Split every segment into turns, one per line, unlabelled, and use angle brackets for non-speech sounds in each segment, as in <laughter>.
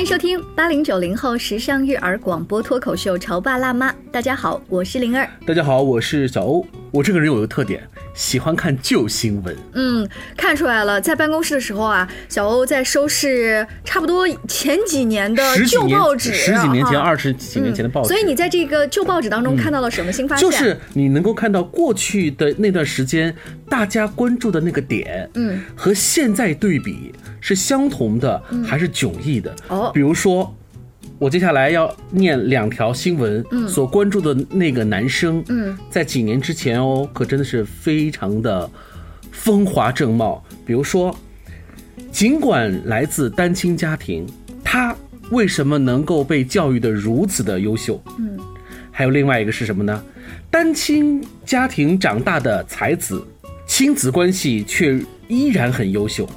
迎收听八零九零后时尚育儿广播脱口秀《潮爸辣妈》。大家好，我是灵儿。
大家好，我是小欧。我这个人有一个特点，喜欢看旧新闻。
嗯，看出来了，在办公室的时候啊，小欧在收拾差不多前几年的
十几
旧
年
报纸，啊
十几年
哈
前、
嗯
二十几年前的报纸，嗯
所以你在这个旧报纸当中看到了什么新发现？
就是你能够看到过去的那段时间大家关注的那个点，
嗯，
和现在对比是相同的还是迥异的？
嗯哦
比如说。我接下来要念两条新闻，嗯，所关注的那个男生，
嗯，
在几年之前哦，可真的是非常的风华正茂。比如说，尽管来自单亲家庭，他为什么能够被教育的如此的优秀？
嗯，
还有另外一个是什么呢？单亲家庭长大的才子，亲子关系却依然很优秀。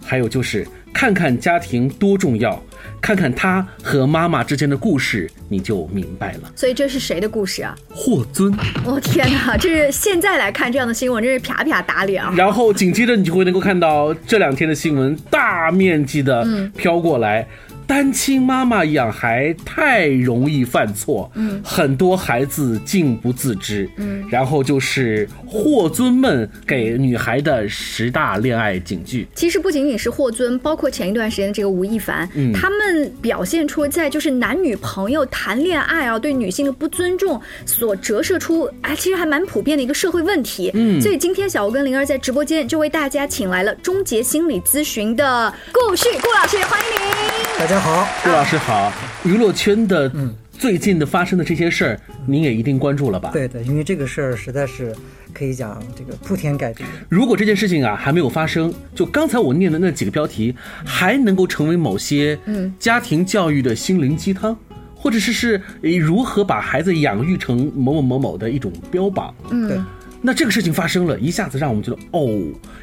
还有就是，看看家庭多重要，看看他和妈妈之间的故事，你就明白了。
所以这是谁的故事啊？
霍尊，
我、天哪，这是现在来看这样的新闻，真是啪啪打脸啊！
然后紧接着你就会能够看到这两天的新闻大面积的飘过来。单亲妈妈养孩太容易犯错，嗯，很多孩子竟不自知，嗯，然后就是霍尊们给女孩的十大恋爱警句，
其实不仅仅是霍尊，包括前一段时间的这个吴亦凡，
嗯
他们表现出在就是男女朋友谈恋爱啊，对女性的不尊重所折射出，哎，其实还蛮普遍的一个社会问题。嗯，所以今天小欧跟灵儿在直播间就为大家请来了终结心理咨询的顾旭顾老师，欢迎您。
大家好，
顾老师好，娱乐圈的最近的发生的这些事儿，您也一定关注了吧？
对的，因为这个事儿实在是可以讲这个铺天盖地，
如果这件事情啊还没有发生，就刚才我念的那几个标题，还能够成为某些
嗯
家庭教育的心灵鸡汤，或者是是诶如何把孩子养育成某某某某的一种标榜。
对，
那这个事情发生了，一下子让我们觉得哦，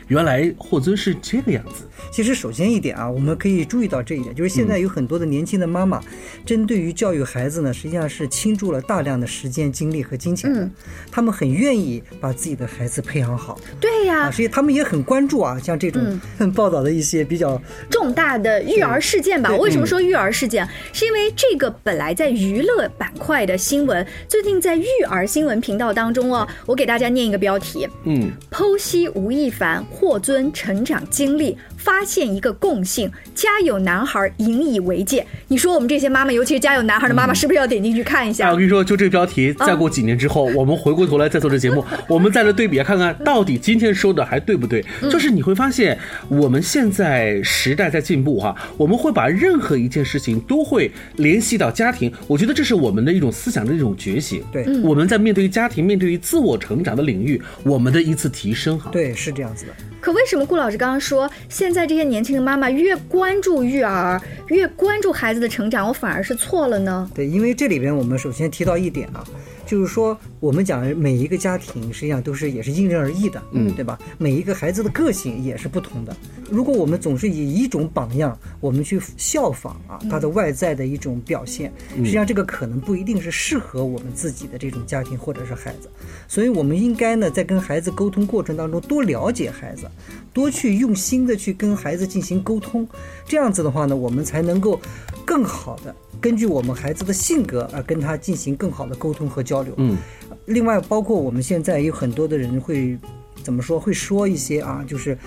原来霍尊是这个样子。
其实首先一点啊，我们可以注意到这一点，就是现在有很多的年轻的妈妈，针对于教育孩子呢，实际上是倾注了大量的时间、精力和金钱的。他们很愿意把自己的孩子培养好
对呀、
啊，所以他们也很关注啊，像这种 <laughs> 报道的一些比较
重大的育儿事件吧。
对
我为什么说育儿事件？是因为这个本来在娱乐板块的新闻，最近在育儿新闻频道当中哦，我给大家念一个标题：
嗯，
剖析吴亦凡、霍尊成长经历，发现一个共性：家有男孩引以为戒。你说我们这些妈妈，尤其是家有男孩的妈妈，是不是要点进去看一
啊，
下
我？
嗯
跟你说，就这个标题，再过几年之后，我们回过头来再做这节目，我们再来对比看看，到底今天说的还对不对？就是你会发现，我们现在时代在进步哈、我们会把任何一件事情都会联系到家庭，我觉得这是我们的一种思想的一种觉醒。
对
我们在面对于家庭、面对于自我成长的领域，我们的一次提升哈。
对，是这样子的。
可为什么顾老师刚刚说，现在这些年轻的妈妈越关注育儿，越关注孩子的成长，我反而是错了呢？
对，因为这里边我们首先提到一点啊，就是说我们讲每一个家庭实际上都是也是因人而异的，
嗯
对吧？每一个孩子的个性也是不同的。如果我们总是以一种榜样，我们去效仿啊他的外在的一种表现，实际上这个可能不一定是适合我们自己的这种家庭或者是孩子。所以我们应该呢，在跟孩子沟通过程当中多了解孩子，多去用心的去跟孩子进行沟通，这样子的话呢，我们才能够更好的根据我们孩子的性格而跟他进行更好的沟通和交流。
嗯，
另外包括我们现在有很多的人会怎么说？会说一些啊，就是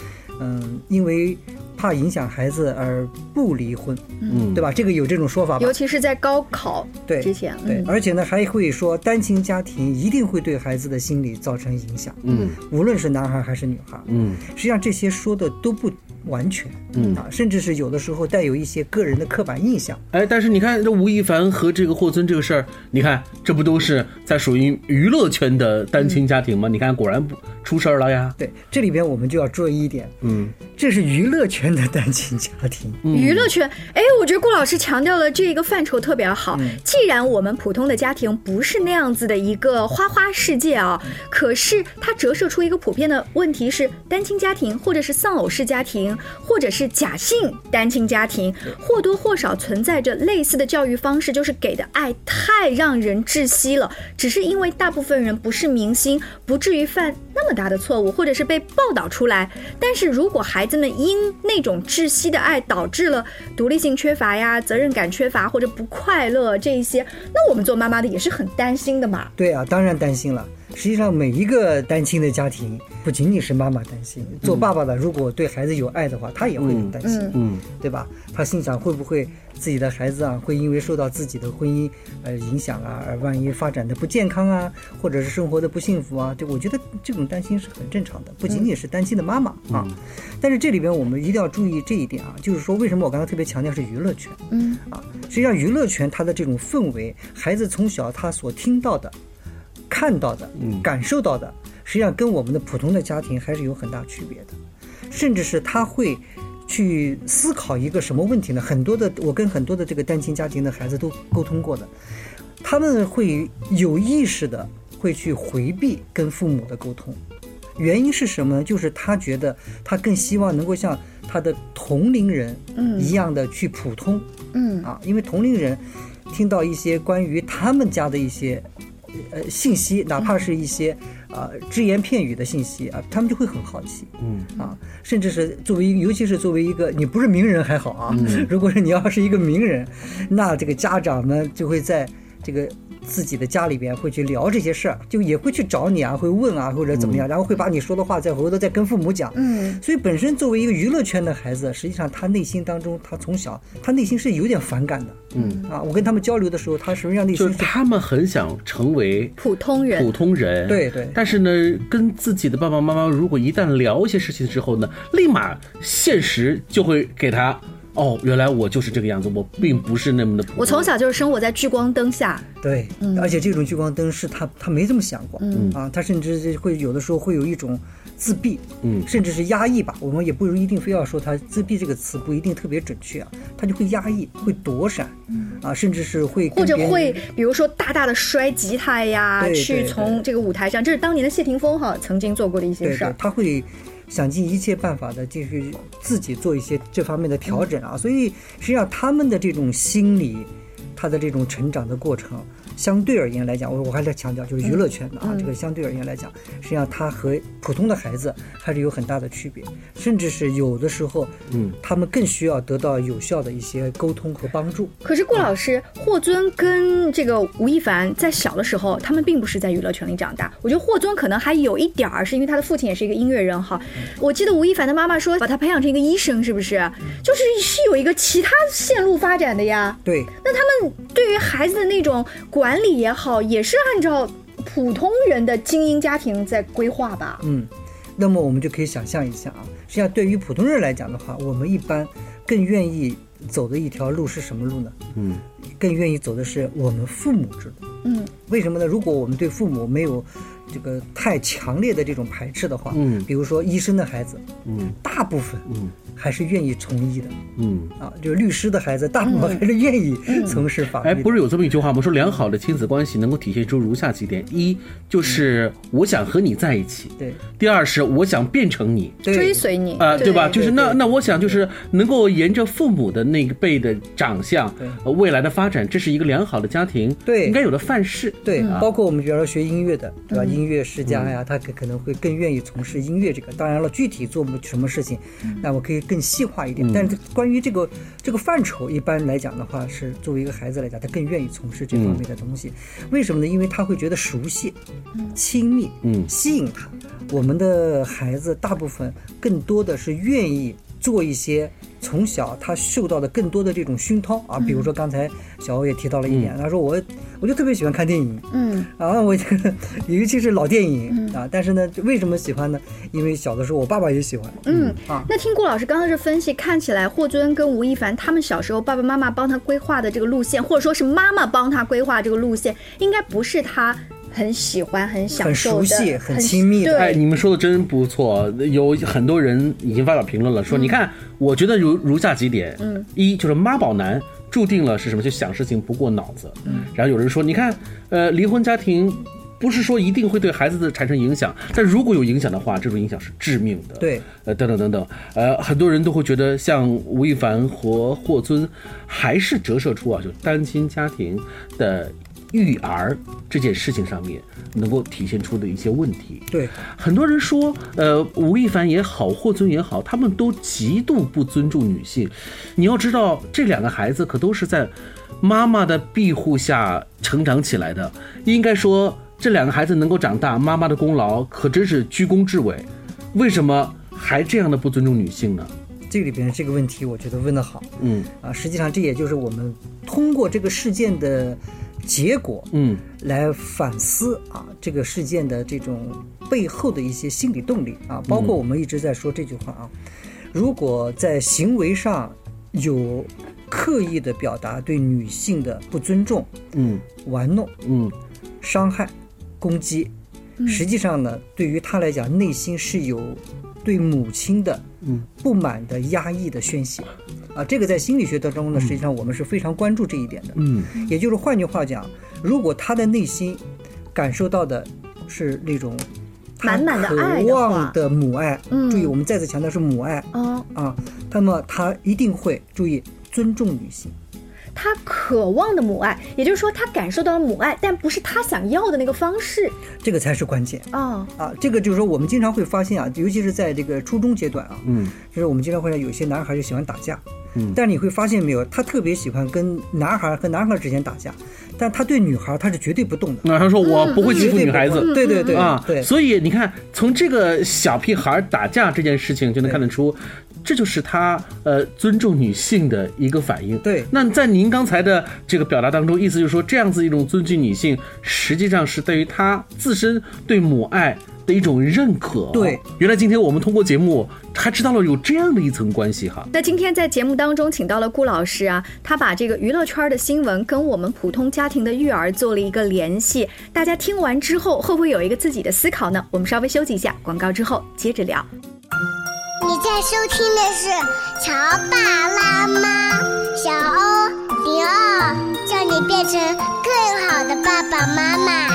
嗯，因为怕影响孩子而不离婚，
嗯
对吧？这个有这种说法吧
尤？其是在高考
对
之前，
对
嗯，，
而且呢，还会说单亲家庭一定会对孩子的心理造成影响，
嗯
无论是男孩还是女孩。
嗯
实际上这些说的都不完全，
嗯
啊，甚至是有的时候带有一些个人的刻板印象。
哎，但是你看这吴亦凡和这个霍尊这个事儿，你看这不都是在属于娱乐圈的单亲家庭吗？你看果然不出事儿了呀。
对，这里边我们就要注意一点，
嗯，
这是娱乐圈的单亲家庭， <laughs>
娱乐圈，哎，我觉得顾老师强调了这个范畴特别好。既然我们普通的家庭不是那样子的一个花花世界啊，可是它折射出一个普遍的问题是，单亲家庭或者是丧偶式家庭，或者是假性单亲家庭，或多或少存在着类似的教育方式，就是给的爱太让人窒息了。只是因为大部分人不是明星，不至于犯那么大的错误，或者是被报道出来。但是如果孩子们因那种窒息的爱导致了独立性缺乏呀、责任感缺乏或者不快乐这一些，那我们做妈妈的也是很担心的嘛。
对啊，当然担心了。实际上，每一个单亲的家庭，不仅仅是妈妈担心，做爸爸的如果对孩子有爱的话，他也会很担心，
嗯，
对吧？他心想会不会自己的孩子啊，会因为受到自己的婚姻呃影响啊，而万一发展的不健康啊，或者是生活的不幸福啊，这我觉得这种担心是很正常的，不仅仅是单亲的妈妈啊。但是这里边我们一定要注意这一点啊，就是说为什么我刚才特别强调是娱乐圈，
嗯
啊，实际上娱乐圈它的这种氛围，孩子从小他所听到的。看到的、感受到的，实际上跟我们的普通的家庭还是有很大区别的，甚至是他会去思考一个什么问题呢？很多的，我跟很多的这个单亲家庭的孩子都沟通过的，他们会有意识的会去回避跟父母的沟通，原因是什么呢？就是他觉得他更希望能够像他的同龄人一样的去普通，
嗯
啊，因为同龄人听到一些关于他们家的一些呃信息，哪怕是一些啊、只言片语的信息啊，他们就会很好奇，
嗯
啊，甚至是作为一个，尤其是作为一个你不是名人还好啊，如果是你要是一个名人，那这个家长们就会在这个。自己的家里边会去聊这些事儿，就也会去找你啊，会问啊，或者怎么样，然后会把你说的话再回头再跟父母讲。
嗯，
所以本身作为一个娱乐圈的孩子，实际上他内心当中，他从小他内心是有点反感的。嗯啊，我跟他们交流的时候，他实际上内
就
心
是
是
他们很想成为
普通人
普通人，
对对
但是呢，跟自己的爸爸妈妈如果一旦聊一些事情之后呢，立马现实就会给他，哦，原来我就是这个样子，我并不是那么的普通。
我从小就是生活在聚光灯下，
对，
嗯
而且这种聚光灯是他他没这么想过，嗯啊，他甚至会有的时候会有一种自闭，
嗯
甚至是压抑吧。我们也不一定非要说他自闭这个词不一定特别准确啊，他就会压抑，会躲闪，啊，甚至是会
嗯或
跟
者
别人
会比如说大大的摔吉他呀，
对对
去
对
从这个舞台上，这是当年的谢霆锋哈曾经做过的一些
对
事
对
儿，。
他会想尽一切办法的，就是自己做一些这方面的调整
嗯
啊。所以实际上他们的这种心理，他的这种成长的过程，相对而言来讲，我我还在强调，就是娱乐圈的啊，
嗯
这个相对而言来讲，实际上他和普通的孩子还是有很大的区别，甚至是有的时候，
嗯，
他们更需要得到有效的一些沟通和帮助。
可是顾老师，霍尊跟这个吴亦凡在小的时候，他们并不是在娱乐圈里长大。我觉得霍尊可能还有一点儿，是因为他的父亲也是一个音乐人哈。
嗯
我记得吴亦凡的妈妈说，把他培养成一个医生，是不是？就是是有一个其他线路发展的呀。
对，
那他们对于孩子的那种管理也好，也是按照普通人的精英家庭在规划吧？
嗯，那么我们就可以想象一下啊，实际上对于普通人来讲的话，我们一般更愿意走的一条路是什么路呢？
嗯，
更愿意走的是我们父母之路。
嗯，
为什么呢？如果我们对父母没有这个太强烈的这种排斥的话，
嗯
比如说医生的孩子，
嗯
大部分
嗯
还是愿意从医的。
嗯。
啊，就是律师的孩子，大部
嗯
分还是愿意从事法律的。
哎，不是有这么一句话吗？说良好的亲子关系能够体现出如下几点：一就是我想和你在一起；
对
第二是我想变成你，
对
追随你
啊、对吧？就是那
对
那我想就是能够沿着父母的那一辈的长相
对，
呃未来的发展，这是一个良好的家庭
对
应该有的范式。啊
对，包括我们比方说学音乐的，对吧？音乐世家呀，他可可能会更愿意从事音乐这个。当然了，具体做什么事情，那我可以更细化一点。但是关于这个这个范畴，一般来讲的话，是作为一个孩子来讲，他更愿意从事这方面的东西。为什么呢？因为他会觉得熟悉、亲密、
嗯
吸引他。我们的孩子大部分更多的是愿意做一些从小他受到的更多的这种熏陶啊，比如说刚才小欧也提到了一点，他说我我就特别喜欢看电影，
嗯，
啊，我尤其是老电影啊，但是呢，为什么喜欢呢？因为小的时候我爸爸也喜欢，
嗯
啊，
那听顾老师刚刚这分析，看起来霍尊跟吴亦凡他们小时候爸爸妈妈帮他规划的这个路线，或者说是妈妈帮他规划这个路线，应该不是他很喜欢、很享受的、
很熟悉很亲密的
哎，
对，
你们说的真不错，有很多人已经发表评论了，说你看，我觉得如如下几点，嗯，一就是妈宝男注定了是什么，就想事情不过脑子，嗯，然后有人说，你看，呃，离婚家庭不是说一定会对孩子的产生影响，但如果有影响的话，这种影响是致命的。
对，
呃，等等等等，呃，很多人都会觉得像吴亦凡和霍尊，还是折射出啊，就单亲家庭的育儿这件事情上面能够体现出的一些问题。
对，
很多人说，呃，吴亦凡也好，霍尊也好，他们都极度不尊重女性。你要知道，这两个孩子可都是在妈妈的庇护下成长起来的。应该说，这两个孩子能够长大，妈妈的功劳可真是居功至伟。为什么还这样的不尊重女性呢？
这里边这个问题我觉得问得好
嗯
啊，实际上这也就是我们通过这个事件的结果，
嗯，
来反思啊这个事件的这种背后的一些心理动力啊，包括我们一直在说这句话啊，如果在行为上有刻意的表达对女性的不尊重、
嗯
玩弄、
嗯
伤害、攻击，实际上呢，对于他来讲，内心是有对母亲的不满的压抑的宣泄。啊，这个在心理学当中呢，实际上我们是非常关注这一点的。
嗯
也就是换句话讲，如果他的内心感受到的是那种他
满满的爱的
渴
话
望的母爱，
嗯
注意我们再次强调是母爱
哦，
啊，那么他一定会注意尊重女性。
他渴望的母爱，也就是说他感受到了母爱，但不是他想要的那个方式。
这个才是关键
哦，
啊！这个就是说，我们经常会发现啊，尤其是在这个初中阶段啊，
嗯
就是我们经常会看有些男孩就喜欢打架，嗯，但你会发现没有，他特别喜欢跟男孩和男孩之间打架，但他对女孩他是绝对不动的，
那他说我不会欺
绝
负
对
女孩子
不，会对对对
啊，
对，
所以你看，从这个小屁孩儿打架这件事情就能看得出，这就是他呃尊重女性的一个反应。
对
那在您刚才的这个表达当中，意思就是说，这样子一种尊敬女性，实际上是对于她自身对母爱。的一种认可，
对。
原来今天我们通过节目还知道了有这样的一层关系哈。
那今天在节目当中请到了顾老师啊，他把这个娱乐圈的新闻跟我们普通家庭的育儿做了一个联系。大家听完之后会不会有一个自己的思考呢？我们稍微休息一下，广告之后接着聊。
你在收听的是《潮爸辣妈》，小欧零二，叫你变成更好的爸爸妈妈。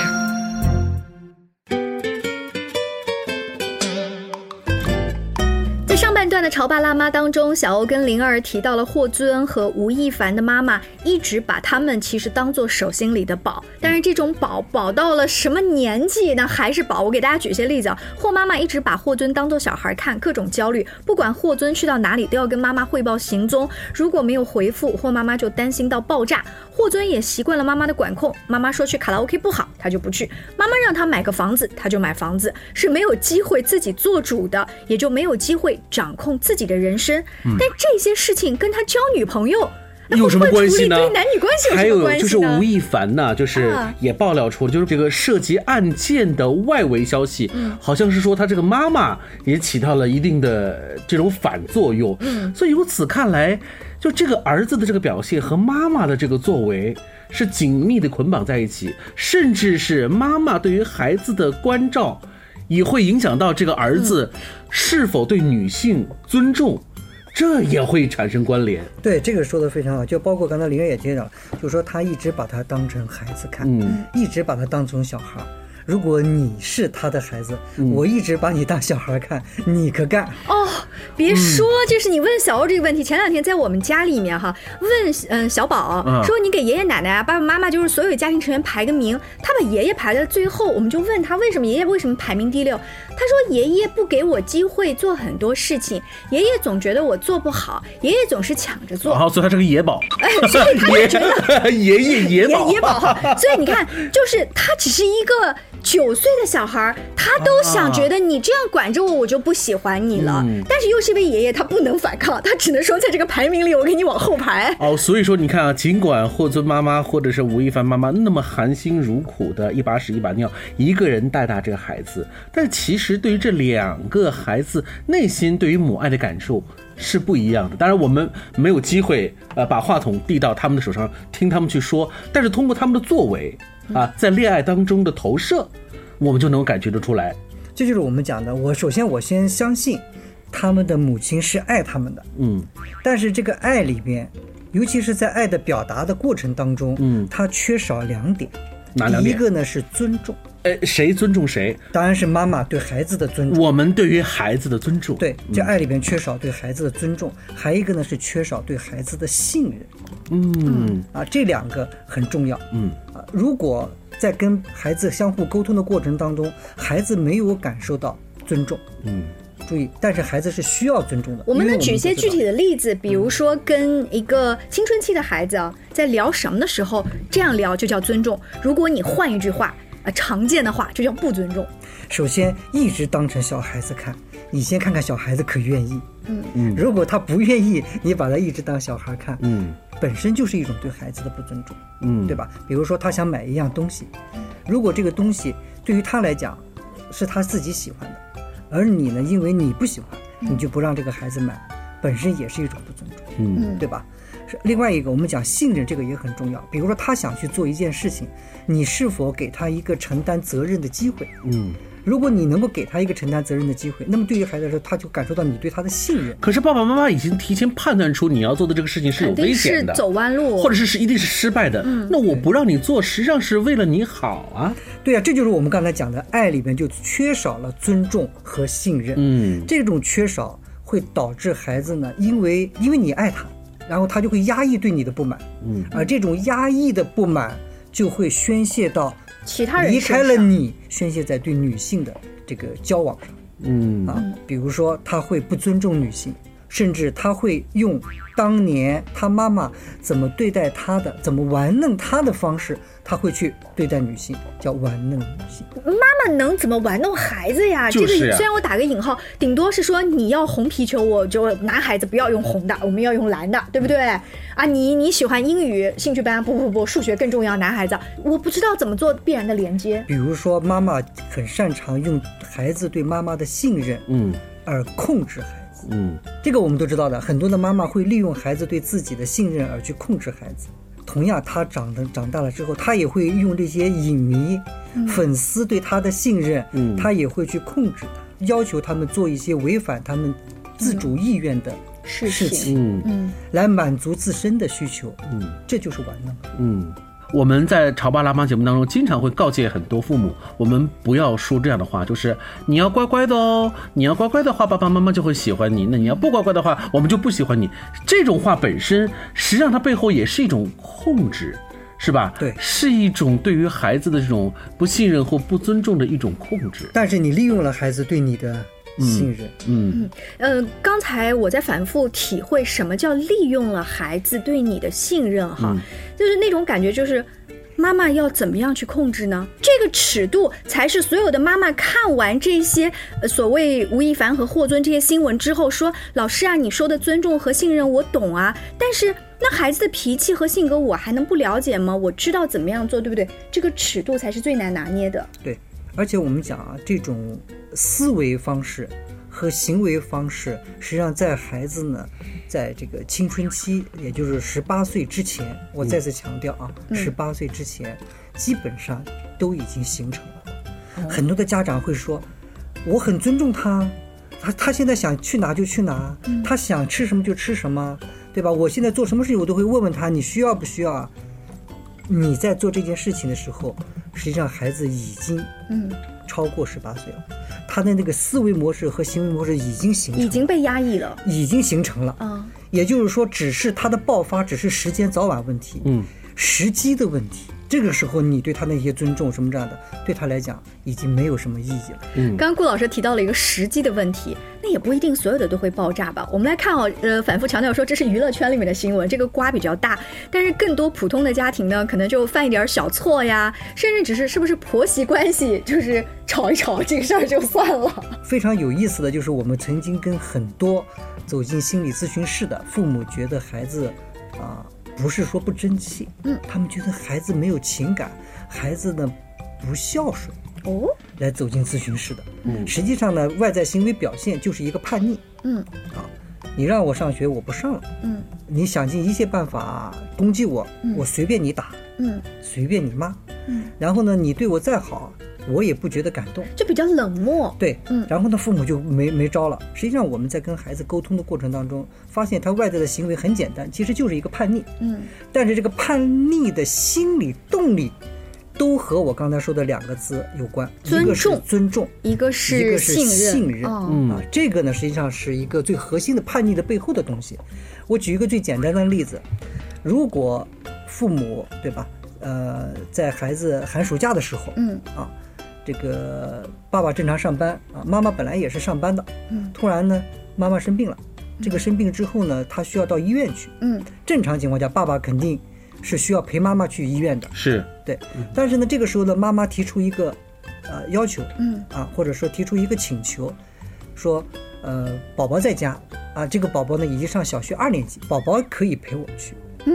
在上半段的《潮爸辣妈》当中，小欧跟灵儿提到了霍尊和吴亦凡的妈妈，一直把他们其实当做手心里的宝。但是这种宝宝到了什么年纪呢？还是宝。我给大家举一些例子啊，霍妈妈一直把霍尊当做小孩看，各种焦虑，不管霍尊去到哪里，都要跟妈妈汇报行踪。如果没有回复，霍妈妈就担心到爆炸。霍尊也习惯了妈妈的管控，妈妈说去卡拉 OK 不好，他就不去；妈妈让他买个房子，他就买房子，是没有机会自己做主的，也就没有机会掌控自己的人生。但这些事情跟他交女朋友那
嗯 <laughs> 有什么
会不会
关
处
系
理
呢？
对男女关系有
还
什么
有
关系呢？
就是吴亦凡呐，就是
啊
也爆料出了，就是这个涉及案件的外围消息，
嗯
好像是说他这个妈妈也起到了一定的这种反作用。
嗯
所以由此看来，就这个儿子的这个表现和妈妈的这个作为。是紧密的捆绑在一起，甚至是妈妈对于孩子的关照，也会影响到这个儿子
嗯
是否对女性尊重，这也会产生关联。
对，这个说的非常好，就包括刚才玲儿也提到了，就说他一直把他当成孩子看，
嗯
一直把他当成小孩儿。如果你是他的孩子，
嗯
我一直把你当小孩儿看，你可干。
哦，别说，这是你问小欧这个问题。前两天在我们家里面哈，问嗯、呃小宝、
嗯
说你给爷爷奶奶啊、爸爸妈妈就是所有家庭成员排个名，他把爷爷排在最后，我们就问他为什么爷爷为什么排名第六，他说爷爷不给我机会做很多事情，爷爷总觉得我做不好，爷爷总是抢着做。哎
然后所以他是个野宝，
所以他也觉得
爷爷 <laughs>
野
爷野宝，
野宝
<laughs>
哈，所以你看，就是他只是一个九岁的小孩儿，他都想觉得你这样管着我，我就不喜欢你了。
嗯
但是又是因为爷爷，他不能反抗，他只能说在这个排名里，我给你往后排。
哦，所以说你看啊，尽管霍尊妈妈或者是吴亦凡妈妈那么含辛茹苦的一把屎一把尿一个人带大这个孩子，但其实对于这两个孩子内心对于母爱的感受是不一样的。当然，我们没有机会呃把话筒递到他们的手上听他们去说，但是通过他们的作为啊，在恋爱当中的投射，我们就能够感觉得出来。
这就是我们讲的。我首先我先相信，他们的母亲是爱他们的，
嗯
但是这个爱里边，尤其是在爱的表达的过程当中，
嗯
它缺少两点。
哪两
第一
点
个呢是尊重，
呃，谁尊重谁，
当然是妈妈对孩子的尊重。
我们对于孩子的尊重，
对，这爱里边缺少对孩子的尊重，还一个呢是缺少对孩子的信任
嗯，
啊，这两个很重要。
嗯
啊，如果在跟孩子相互沟通的过程当中，孩子没有感受到尊重，
嗯，
注意，但是孩子是需要尊重的。
我
因
们
为
能举一些
都
具
知
体的例子，比如说跟一个青春期的孩子啊，在聊什么的时候，这样聊就叫尊重。如果你换一句话，啊，常见的话就叫不尊重。
道，首先一直当成小孩子看，你先看看小孩子可愿意。
嗯
嗯
如果他不愿意，你把他一直当小孩看，
嗯
本身就是一种对孩子的不尊重。
嗯，
对？吧？比如说他想买一样东西，如果这个东西对于他来讲是他自己喜欢的，而你呢，因为你不喜欢，你就不让这个孩子买，本身也是一种不尊重，
嗯
对吧？是另外一个，我们讲信任这个也很重要。比如说他想去做一件事情，你是否给他一个承担责任的机会？
嗯。
如果你能够给他一个承担责任的机会，那么对于孩子来说，他就感受到你对他的信任。
可是爸爸妈妈已经提前判断出你要做的这个事情是有
肯
危
定
险
是
的，
走嗯弯路，
或者是是一定是失败的。那我不让你做，实际上是为了你好啊。
对啊，这就是我们刚才讲的爱里面就缺少了尊重和信任。
嗯
这种缺少会导致孩子呢，因为因为你爱他，然后他就会压抑对你的不满，
嗯，
而这种压抑的不满就会宣泄到
其他人
离开
身
了
上，
你，宣泄在对女性的这个交往上
嗯
啊，比如说他会不尊重女性。甚至他会用当年他妈妈怎么对待他的、怎么玩弄他的方式，他会去对待女性，叫玩弄女性。
妈妈能怎么玩弄孩子呀？
就是
这
呀
个虽然我打个引号，顶多是说你要红皮球，我就拿孩子不要用红的，我们要用蓝的，对不对？啊，你你喜欢英语兴趣班，不不不，数学更重要，男孩子我不知道怎么做必然的连接。
比如说，妈妈很擅长用孩子对妈妈的信任，
嗯
而控制孩子。
嗯
这个我们都知道的，很多的妈妈会利用孩子对自己的信任而去控制孩子。同样，他长得长大了之后，他也会用这些影迷、粉丝对他的信任，
嗯
他也会去控制他，要求他们做一些违反他们自主意愿的
事
事
情
情，
嗯
嗯，
来满足自身的需求。
嗯，
这就是玩弄。
嗯。我们在《潮爸辣妈》节目当中，经常会告诫很多父母，我们不要说这样的话，就是你要乖乖的哦，你要乖乖的话，爸爸妈妈就会喜欢你；那你要不乖乖的话，我们就不喜欢你。这种话本身，实际上它背后也是一种控制，是吧？
对
是一种对于孩子的这种不信任或不尊重的一种控制。
但是你利用了孩子对你的信任，
嗯
呃，刚才我在反复体会什么叫利用了孩子对你的信任哈，就是那种感觉，就是妈妈要怎么样去控制呢？这个尺度才是所有的妈妈看完这些、呃、所谓吴亦凡和霍尊这些新闻之后说，老师啊，你说的尊重和信任我懂啊，但是。那孩子的脾气和性格，我还能不了解吗？我知道怎么样做，对不对？这个尺度才是最难拿捏的。
对，而且我们讲啊，这种思维方式和行为方式，实际上在孩子呢，在这个青春期，也就是十八岁之前，我再次强调啊，十八、岁之前，基本上都已经形成了。很多的家长会说，我很尊重他，他他现在想去哪就去哪，
嗯
他想吃什么就吃什么，对吧？我现在做什么事情，我都会问问他，你需要不需要啊？你在做这件事情的时候，实际上孩子已经
嗯，
超过十八岁了，他的那个思维模式和行为模式已经形成了，
已经被压抑了。
已经形成了。
嗯，
也就是说，只是他的爆发，只是时间早晚问题，
嗯，
时机的问题。这个时候，你对他那些尊重什么这样的，对他来讲已经没有什么意义了。
刚刚顾老师提到了一个时机的问题，那也不一定所有的都会爆炸吧。我们来看哦，呃，反复强调说这是娱乐圈里面的新闻，这个瓜比较大，但是更多普通的家庭呢，可能就犯一点小错呀，甚至只是是不是婆媳关系，就是吵一吵这个事儿就算了。
非常有意思的就是，我们曾经跟很多走进心理咨询室的父母，觉得孩子啊、不是说不争气，
嗯，
他们觉得孩子没有情感，孩子呢不孝顺，
哦，
来走进咨询室的。嗯，实际上呢，外在行为表现就是一个叛逆。
嗯
啊，你让我上学，我不上了。
嗯
你想尽一切办法攻击我，我随便你打，
嗯，
随便你骂。
嗯，
然后呢，你对我再好，我也不觉得感动。
就比较冷漠。
对，
嗯
然后呢，父母就没没招了。实际上，我们在跟孩子沟通的过程当中，发现他外在的行为很简单，其实就是一个叛逆。
嗯
但是这个叛逆的心理动力，都和我刚才说的两个词有关，
尊
一个是
重
尊重，
一个
一
是
个是
信任，
信任
哦
嗯
啊，这个呢实际上是一个最核心的叛逆的背后的东西。我举一个最简单的例子，如果父母对吧，呃，在孩子寒暑假的时候，
嗯
啊，这个爸爸正常上班啊，妈妈本来也是上班的，
嗯
突然呢妈妈生病了，这个生病之后呢，她需要到医院去。
嗯
正常情况下，爸爸肯定是需要陪妈妈去医院的，
是
对。
嗯
但是呢，这个时候呢，妈妈提出一个呃要求，
嗯
啊，或者说提出一个请求，说，呃，宝宝在家啊，这个宝宝呢已经上小学二年级，宝宝可以陪我去。嗯。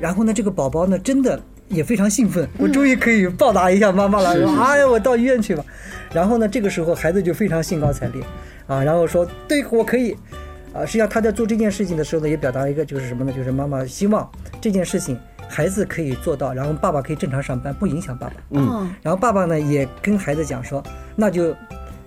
然后呢，这个宝宝呢真的也非常兴奋，我终于可以报答一下妈妈了。
是
说
是
哎呀，我到医院去吧。然后呢，这个时候孩子就非常兴高采烈，啊，然后说对，我可以。啊，实际上他在做这件事情的时候呢，也表达一个就是什么呢？就是妈妈希望这件事情孩子可以做到，然后爸爸可以正常上班，不影响爸爸。
哦，
然后爸爸呢也跟孩子讲说，那就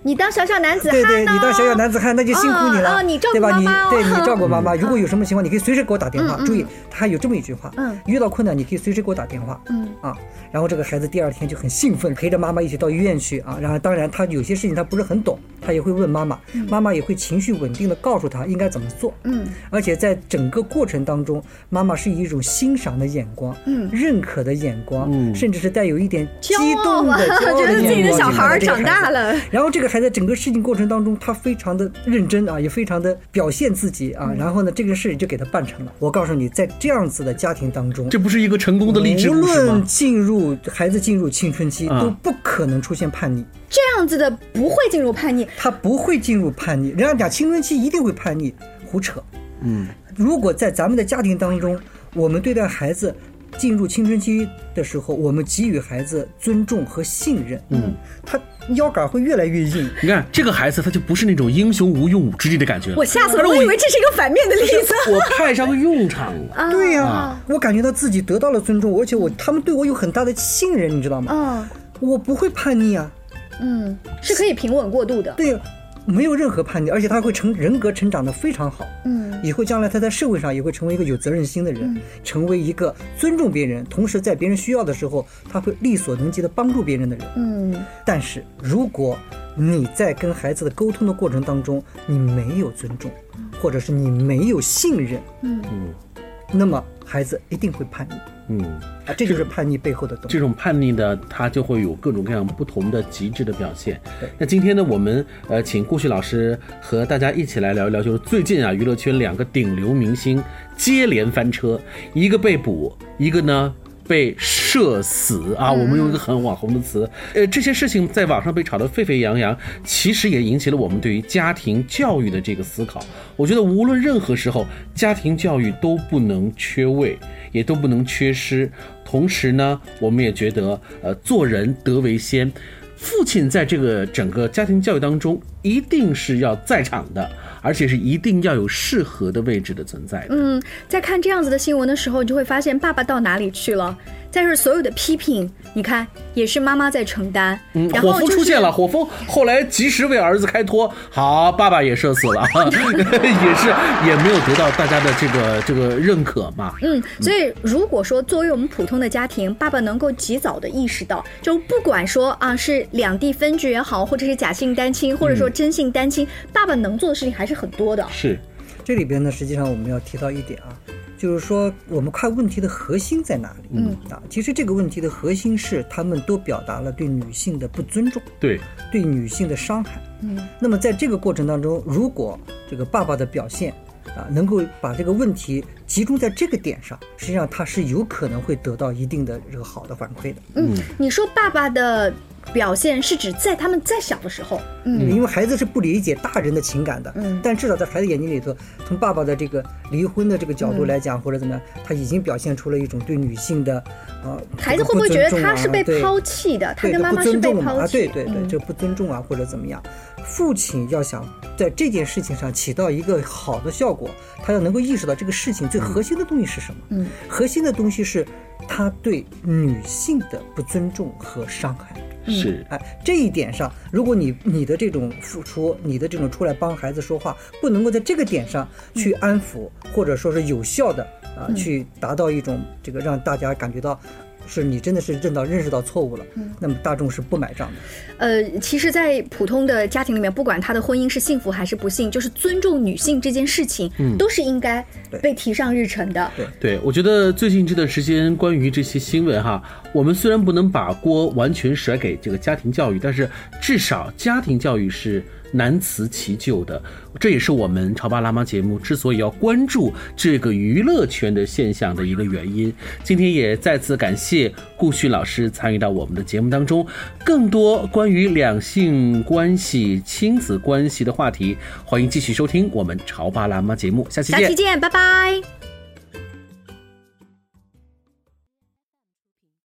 你当小小男子汉
对
呢、
对，你当小小男子汉，那就辛苦你
哦
了，
哦你照顾
对吧？
妈
你
妈哦
对你照顾妈妈，如果有什么情况，你可以随时给我打电话。
嗯嗯
注意，他还有这么一句话，
嗯
遇到困难你可以随时给我打电话。
嗯
啊，然后这个孩子第二天就很兴奋，陪着妈妈一起到医院去啊。然后当然他有些事情他不是很懂，他也会问妈妈，妈妈也会情绪稳定的告诉他应该怎么做。
嗯
而且在整个过程当中，妈妈是以一种欣赏的眼光、
嗯
认可的眼光，
嗯
甚至是带有一点激
骄傲
动
啊
的、骄
<laughs>
傲
觉
的
得自己
眼
的
光
小
去
孩
看
儿
待这个
长大
孩子。
了，
然后这个孩子整个事情过程当中，他非常的认真啊，也非常的表现自己啊，
嗯
然后呢，这个事就给他办成了。我告诉你，在这样子的家庭当中，
这不是一个成功的励志
无
故事
论
吗？
进入孩子进入青春期，
啊
都不可能出现叛逆，
这样子的不会进入叛逆。
他不会进入叛逆。人家讲青春期一定会叛逆，胡扯。
嗯，
如果在咱们的家庭当中，我们对待孩子进入青春期的时候，我们给予孩子尊重和信任，嗯，他腰杆会越来越硬。
你看这个孩子，他就不是那种英雄无用武之地的感觉了。
我吓死了，
他说
我
我
以为这是一个反面的例子。
我派上用场
<laughs>
了。
啊
对呀、
啊
我感觉到自己得到了尊重，而且我他们对我有很大的信任，你知道吗？
嗯
我不会叛逆啊，
嗯，是可以平稳过渡的。
对呀，没有任何叛逆，而且他会成人格成长的非常好。
嗯
以后将来他在社会上也会成为一个有责任心的人，成为一个尊重别人，同时在别人需要的时候，他会力所能及的帮助别人的人。
嗯，
但是如果你在跟孩子的沟通的过程当中，你没有尊重，或者是你没有信任，
嗯
嗯，
那么孩子一定会叛逆
嗯，
啊，这就是叛逆背后的东西
这。种叛逆呢，它就会有各种各样不同的极致的表现
对。
那今天呢，我们呃请顾旭老师和大家一起来聊一聊，就是最近啊娱乐圈两个顶流明星接连翻车，一个被捕，一个呢。被射死啊！我们用一个很网红的词，呃，这些事情在网上被炒得沸沸扬扬，其实也引起了我们对于家庭教育的这个思考。我觉得无论任何时候，家庭教育都不能缺位，也都不能缺失。同时呢，我们也觉得，呃，做人德为先。父亲在这个整个家庭教育当中，一定是要在场的，而且是一定要有适合的位置的存在的。
嗯，在看这样子的新闻的时候，你就会发现爸爸到哪里去了。但是所有的批评，你看也是妈妈在承担。
嗯，
然
火
后
风
就是
出现了，火风后来及时为儿子开脱，好，爸爸也射死
<laughs>
了， <laughs> 也是也没有得到大家的这个这个认可嘛。
嗯，所以如果说作为我们普通的家庭，爸爸能够及早的意识到，就不管说啊是两地分居也好，或者是假性单亲，或者说真性单亲，爸爸能做的事情还是很多的。
是，
这里边呢，实际上我们要提到一点啊，就是说我们看问题的核心在哪里。
嗯
啊，其实这个问题的核心是他们都表达了对女性的不尊重，
对，
对女性的伤害。
嗯
那么在这个过程当中，如果这个爸爸的表现啊，能够把这个问题集中在这个点上，实际上他是有可能会得到一定的这个好的反馈的。
嗯，你说爸爸的表现是指在他们再小的时候，嗯
因为孩子是不理解大人的情感的，
嗯
但至少在孩子眼睛里头，从爸爸的这个呃离婚的这个角
嗯
度来讲，或者怎么样，他已经表现出了一种对女性的，呃，
孩子会不会
这
觉
个
得
尊重
他
啊
是被
对
抛弃的？他
对
跟妈
不
妈是
尊
被
重嘛
抛
啊，对
弃的。
对对，
嗯
这不尊重啊，或者怎么样？父亲要想在这件事情上起到一个好的效果，他要能够意识到这个事情最核心的东西是什么。
嗯，
核心的东西是他对女性的不尊重和伤害。
嗯
是，
哎，这一点上，如果你你的这种付出，你的这种出来帮孩子说话，不能够在这个点上去安抚，或者说是有效的啊、去达到一种这个让大家感觉到是你真的是认到认识到错误了，那么大众是不买账的。
呃，其实，在普通的家庭里面，不管他的婚姻是幸福还是不幸，就是尊重女性这件事情，
嗯
都是应该被提上日程的。
对，我觉得最近这段时间关于这些新闻哈，我们虽然不能把锅完全甩给这个家庭教育，但是至少家庭教育是难辞其咎的。这也是我们潮爸辣妈节目之所以要关注这个娱乐圈的现象的一个原因。今天也再次感谢顾旭老师参与到我们的节目当中。更多关于两性关系、亲子关系的话题，欢迎继续收听我们潮爸辣妈节目，下期
下
见
期。见，拜拜。